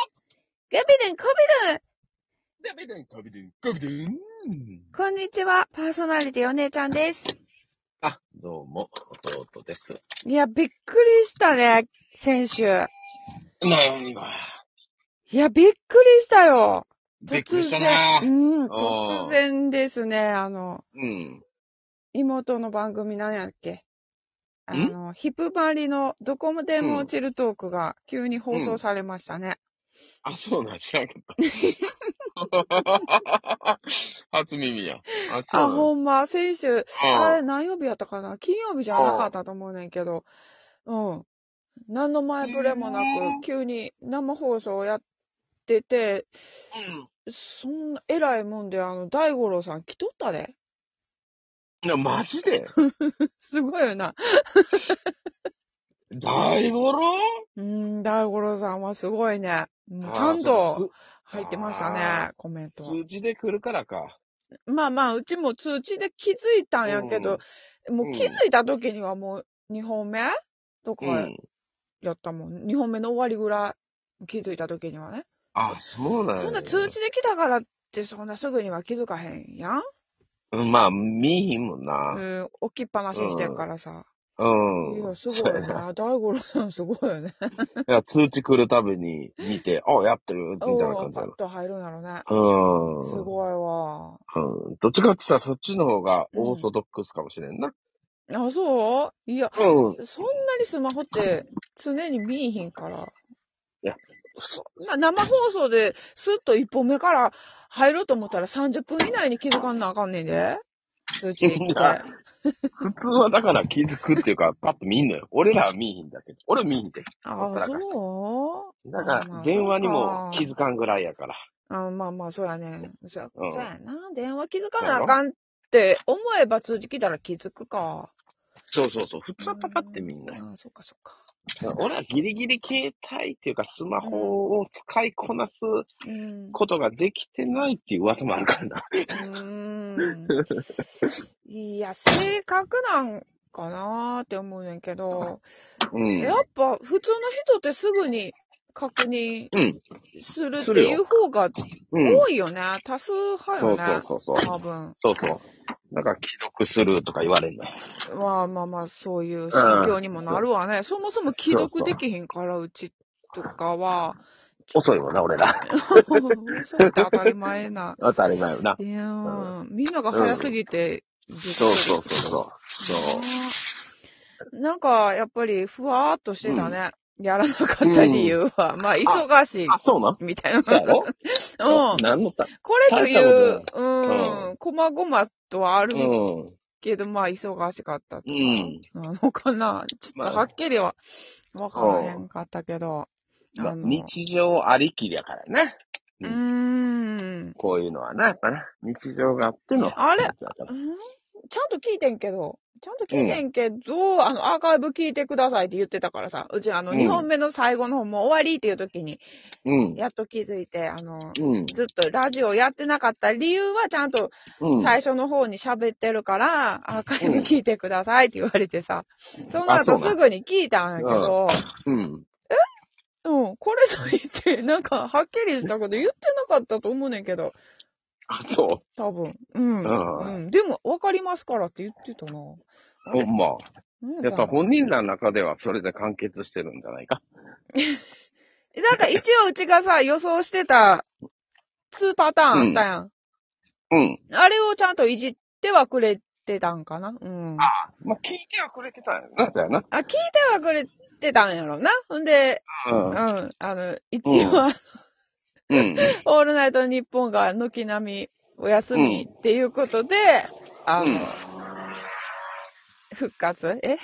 でん、カビデンダメだん、カビデン、カビデン。こんにちは、パーソナリティお姉ちゃんです。あ、どうも、弟です。いや、びっくりしたね、先週。い何がや、びっくりしたよ。びっくりしたな突然うん、あー突然ですね、あの、うん。妹の番組なんやっけ。あの、ヒップバリのどこでも落ちるトークが急に放送されましたね。あ、そうなん、知らんかった。 初耳や。あ、そうあ、なんほんま、先週、ああれ何曜日やったかな金曜日じゃなかったと思うねんけど、うん。何の前触れもなく、急に生放送やってて、そんな、偉いもんで、あの、大五郎さん来とったで。 うん。な、マジですごいよな。大五郎うん、大五郎さんはすごいね。うんちゃんあそとう入ってましたあね、コメント。数字で来るからか。まあまあ、うちも通知で気づいたんやけど、もう気づいた時にはもう2本目とうかん。やったもん。2本目の終わりぐらい気づいた時にはね。あ、そうなんやそんな通知できたからって、そんなすぐには気づかへんやん。うん、まあ、見えひんもんな。うん、置きっぱなしにしてるからさ。うん。いや、すそごういやなな。大五郎さんすごいよね。いや、通知来るたびに見て、あ、やって る、みたいなお感おじパやッと入るんやろね。な。うん。すごいわ。うん。どっちかってさ、そっちの方がオーソドックスかもしれんな。あ、そういや、うん。そんなにスマホって常に見えひんから。いやそんな生放送でスッと一本目から入ろうと思ったら30分以内に気づかんなあかんねんで。通知い来てや。普通はだから気づくっていうか、パッと見んのよ。俺らは見えひんだけど。俺は見えひんだけああ、そうど。だあかまあら、電話にも気づかんぐらいやから。あまあまあ、そうやね。そうやうんそうやな。電話気づかなあかんって思えば通知来たら気づくか。そうそうそう。普通はパパって見んのよ。ああ、そっかそっか。俺はギリギリ携帯っていうか、スマホを使いこなすうん。ことができてないっていう噂もあるからな。 うーん。いや、性格なんかなーって思うねんけど、うん。やっぱ普通の人ってすぐに確認うん。するっすてるいうよ方がうん。多いよね。多数派そようそうね。そうそう。多分。そうそう。なんか、既読するとか言われんのよ。まあまあまあ、そういう心境にもなるわね。そもそも既読できへんから、うちとかは。遅いもんな、俺ら。 遅くて当たり前な。当たり前よな。いやーみんなが早すぎて、そうそうそうそう。そう。う。なんか、やっぱり、ふわーっとしてたね。やらなかった理由は。まあ、忙しい。あ、そうなんみたいな。そうやろうん。何のたこれという大し、うん、こまごまとはあるうん。けど、まあ、忙しかったとかうん。なのかなちょっとはっきりは、わからへんかったけど。まああの日常ありきりやからね。うーん。こういうのはな、やっぱな。日常があっての。あれやからうんちゃんと聞いてんけど、ちゃんと聞いてんけど、あの、アーカイブ聞いてくださいって言ってたからさ、うちあの、うん2本目の最後の方もう終わりっていう時に、うん。やっと気づいて、あの、うん。ずっとラジオやってなかった理由はちゃんとうん。最初の方に喋ってるから、アーカイブ聞いてくださいって言われてさ、そのあそう後なんすぐに聞いたんやけど、うん。うん、これといって、なんか、はっきりしたこと言ってなかったと思うねんけど、あ、そ多分。うん。うんうん。でも、わかりますからって言ってたな。う。ほんま。なんいやださ、本人らの中ではそれで完結してるんじゃないか。なんか一応うちがさ、予想してた2パターンあったやん。うん。あれをちゃんといじってはくれてたんかなうん。あ、まあ、聞いてはくれてたんやな、だよな。聞いてはくれてたんやろな。ほんで、うん。うあの、一う応んは、ん。うん。オールナイトニッポンが軒並みお休みっていうことで、あの、うん復活え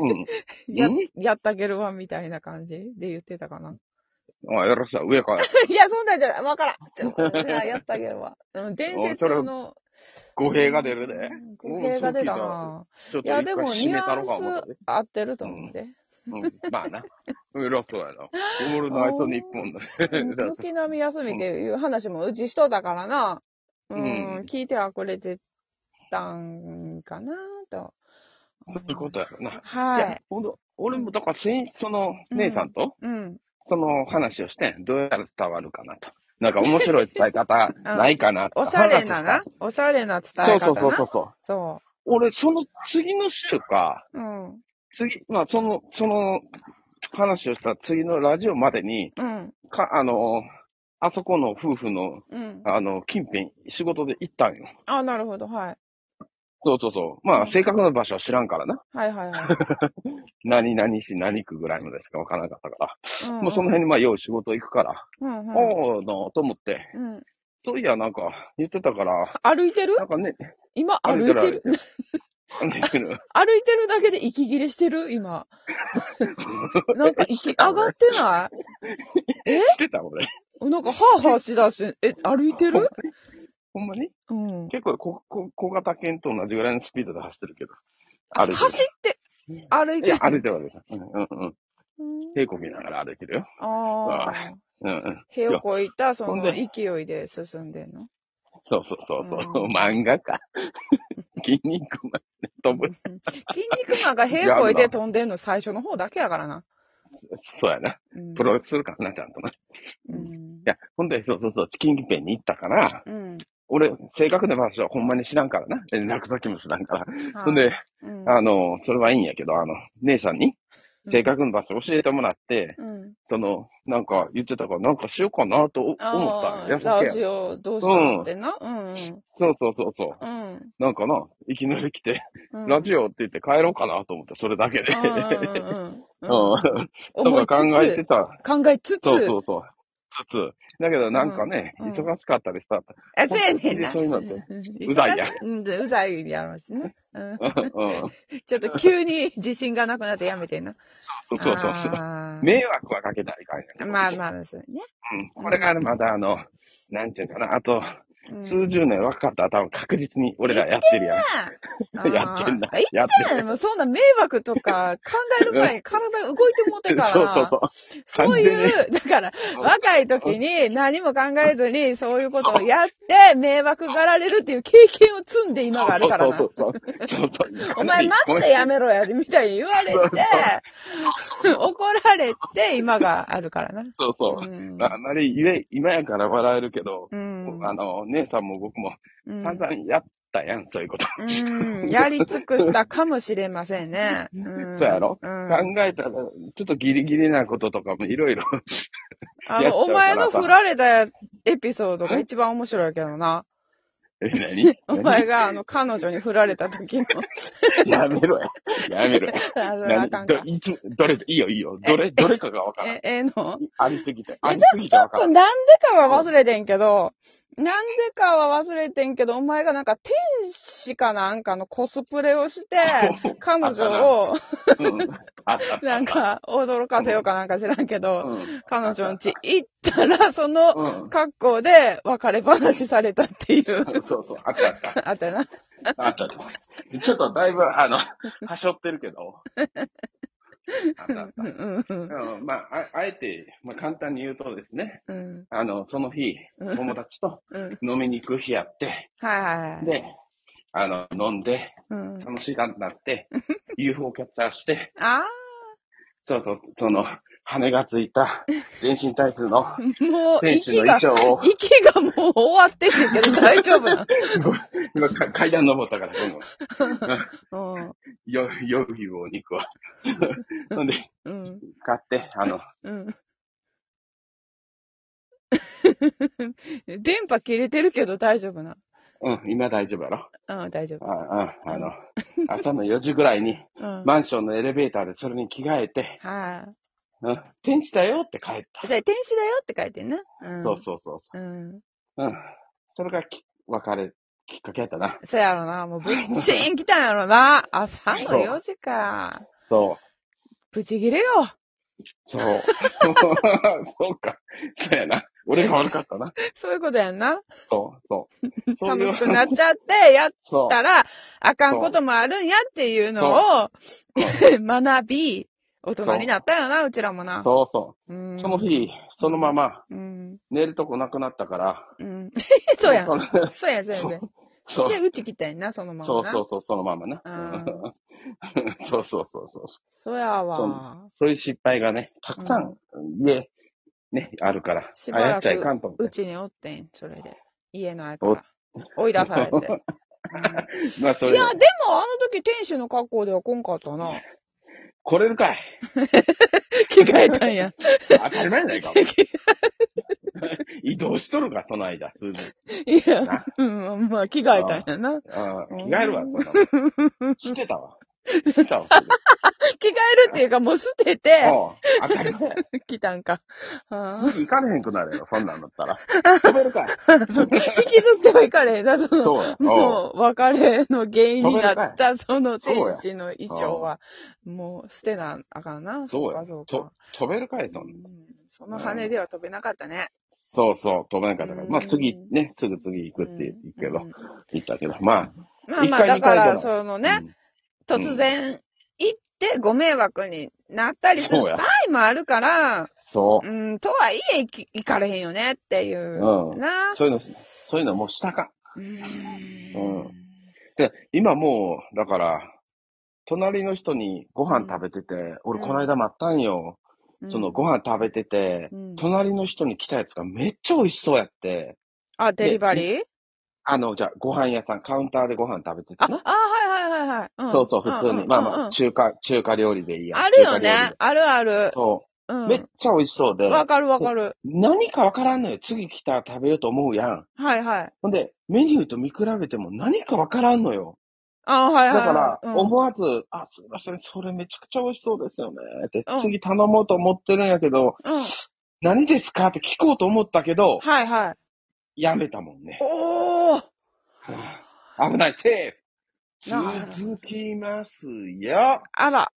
うん。やうん、やったげるわみたいな感じで言ってたかな。 あ、よろしい。上から。いや、そんなんじゃない。わからん。ち ょっと、やったげるわ。うん伝説の。語弊が出るで。語弊が出たな。ちょっいとや、一で回も、ニ締めュたアろンか思ったスで。合ってると思うんで。うん、まあな。うん、ロスやな。オールナイト日本だ。軒並み休みっていう話もうちしとったからな。ううんん、聞いてはくれてたんかなと。そういうことやろな。はいやい。、ほんと、俺もだから、せんその、姉さんと、うん。その話をしてん、どうやら伝わるかなと。なんか面白い伝 え方ないかなおしゃれなな話し。おしゃれな伝たえ方な。そうそうそうそう。そ俺、その次の週か、う。うん。次、まあ、その、その話をした次のラジオまでに、うん。か、あの、あそこの夫婦の、うん。あの、近辺、仕事で行ったんよ。あ、なるほど。はい。そうそうそう。まうあ、ん正確な場所は知らんからな。はいはいはい。何々市何区ぐらいまでしかわからなかったから。うん もうその辺にまあ、よう仕事行くから。うんうんおおーの、と思って。うん。そういや、なんか、言ってたから、歩いてるなんかね、今歩いてる。歩いて る。歩いてるだけで息切れしてる 今。なんか息上がってなしてた俺。いなんかハーハーしだし、え、歩いてるほんまにうん。結構こ、こ、小型犬と同じぐらいのスピードで走ってるけど。歩いてる走って、歩いいてや、る。歩いてる歩いてる。うんうんううん。ん稽古見ながら歩いてるよ。ああ。うんうん。へをこいた、そほんので勢いで進んでんの。そうそうそうそう。うん漫画か。 筋肉マンね飛ぶ。筋肉マンがへをこいて飛んでんの最初の方だけやからな。そうやな。うんプロレスするからな、ちゃんとな。いうん。や、ほんで、そうそうそう、近辺に行ったから、うん。俺、正確な場所はほんまに知らんからな。連絡先も知らんから。はいほんで、うんあの、それはいいんやけど、あの、姉さんに、正確な場所教えてもらって、うん。その、なんか言ってたから、なんかしようかなと思ったあんあや。ー、ラ優しいジやんオどうしたってな。うん。そうそうそうそう。うん。なんかな、いきなり来て、うん。ラジオって言って帰ろうかなと思って、それだけで。 うんうんうんうん。うん。思といつか考えてつ、た。考えつつ、そうそうそう。つつ。だけどなんかね、うんうん忙しかったりした。あ、そうやねんな。そういうのってううざいやんん。うざいやろうしね。うんうん。ちょっと急に自信がなくなってやめてんな。そうそうそうそう。あー迷惑はかけないからね。まあまあ、そうね。うん。これがまだあの、なんちゅうかな、あと、うん数十年若かったら多分確実に俺らやってるやん。あー やってんなあいっやってんもうそんな迷惑とか考える前に体動いてもうててる。からな。 そうそうそう。そう完いう、だから、若い時に何も考えずに、そういうことをやって、迷惑がられるっていう経験を積んで今があるからなそ。うそうそうそう。そうそう お前マジでやめろや、みたいに言われて、怒られて今があるからな。そうそうう。んまああんまり言え、今やから笑えるけど、うんあの、姉さんも僕もうん散々やったやん、そういうこと。うんやり尽くしたかもしれませんね。うんそうやろうん。考えたら、ちょっとギリギリなこととかもいろ い ろ。あやっちゃの、うおから前さの振られたエピソードが一番面白いけどな。え何お前が、あの、彼女に振られた時の。何やめろや。やめろや。あのあか何んどか。いつ、どれ、いいよいいよ。どれ、ど れかがわからん。え、ええのありすぎて。あえりちすょぎちてょわっからとん。なんでかは忘れてんけど、なんでかは忘れてんけど、お前がなんか天使かなんかのコスプレをして、 彼女をうんあったあったなん、か驚かせようかなんか知らんけど、うん彼女の家行ったら、そのうん。格好で別れ話されたっていう。そうそう、あったあった。あったよな。あったあった。ちょっとだいぶ、 あの、はしょってるけど。あったあっうた。んうんうんまあ、ああえて、まあ、簡単に言うとですね、うん。あの、その日、うん友達とうん。飲みに行く日やって、はいはいはい。で、あの、飲んで、うん、楽しい感じにな って、UFO キャッチャーして、あちょっと、その、羽がついた、全身タイツの、あ、もう、天使息のが衣、装を、息がもう終わってるけど大丈夫な今、か階段登ったから、どんどん のうん。よ、よぎをお肉は。ほんで、うん。買って、あの、うん。 電波切れてるけど大丈夫な。うん、今大丈夫やろ。うん、大丈夫。あああの、朝の4時ぐらいに、うん。マンションのエレベーターでそれに着替えて、はうん、天使だよって帰っい。た。それ天使だよって書いてんな。うん。。そうそうそううん。う。うん。それがき別れ、きっかけやったな。そやろな。もう、ぶっちーん来たんやろな。 朝のそう4時か。そブチ切れよ。う。そう。 そうか。そうやな。俺が悪かったな。そういうことやんな。そう、 そう。そういう楽しくなっちゃ って、やっそたら、あかんこともあるんやっていうのを、 学び、大人になったよな、うちらもう。な。そうそうう。ん。その日、そのままうん。寝るとこなくなったから。うん。 そうやん。のそうやん、そうやんそうやん。そう。で、うち来たんやな、そのままな。そうそうそう、そのままな。 うんうんそうそうそうそう。そうやそわ。そういう失敗がね、たくさん、家、ね、あるから。しばあ、らくやっちゃいかんと思うっちにおってん、それで。家のやつが。追い出 されて。うんて。まあ、そいれや、でも、あの時、天使の格好では来んかった な。来れるかい。着替えたんや。当たり前じゃないか。移動しとるか、その間、数日。いやな、うん、まあ、着替えたんやな。ああ、う着ん替えるわ、そんな もん。してたわ。してたわ。それ着替えるっていうか、もう捨てて、うん当たり前。来たんか。あー次行かれへんくな るよ、そんなんだったら。飛べるかい。そう引きずってはいかれへんな、その。 そうや。うんもう、別れの原因になった、その天使の衣装は、もう捨てなあかんな。そうやかそうとか。飛べるかい、そうんなんその羽では飛べなかったね。そうそう、飛べなかったから。まあうん次、ね、すぐ次行くって言うけうどん、言ったけど、ままあまあ、一だ回か二回ら、ぐらそのあ、ね、ん突然行ってご迷惑になったりするそう場や合もあるから、そうう。ん、とはいえ行き行かれへんよねっていう。うんな。そういうの、そういうのもうしたか。ううんん。で、今もう、だから、隣の人にご飯食べてて、俺うんこの間待ったんよ。そのご飯食べてて、うん隣の人に来たやつがめっちゃ美味しそうやって、あ、デリバリーあの、じゃあご飯屋さん、カウンターでご飯食べてあ、てあ、ね。はいはいはいはいはい。んそうそう、普通んに。んまあうんまうあ、ん中華、中華料理でいいやん。あるよ中華料ね理。あるある。そうう。んめっ。ちゃ美味しそうで。わかるわかる。何かわからんのよ。次来たら食べようと思うやん。はいはい。ほんで、メニューと見比べても何かわからんのよ。あはいだはいはい。から、うん思わず、あ、すいません、それめちゃくちゃ美味しそうですよね。ってうん、次頼もうと思ってるんやけど、うん。何ですかって聞こうと思ったけど、はいはい。やめたもんね。おー危ない、セーなあフ続きますよあら。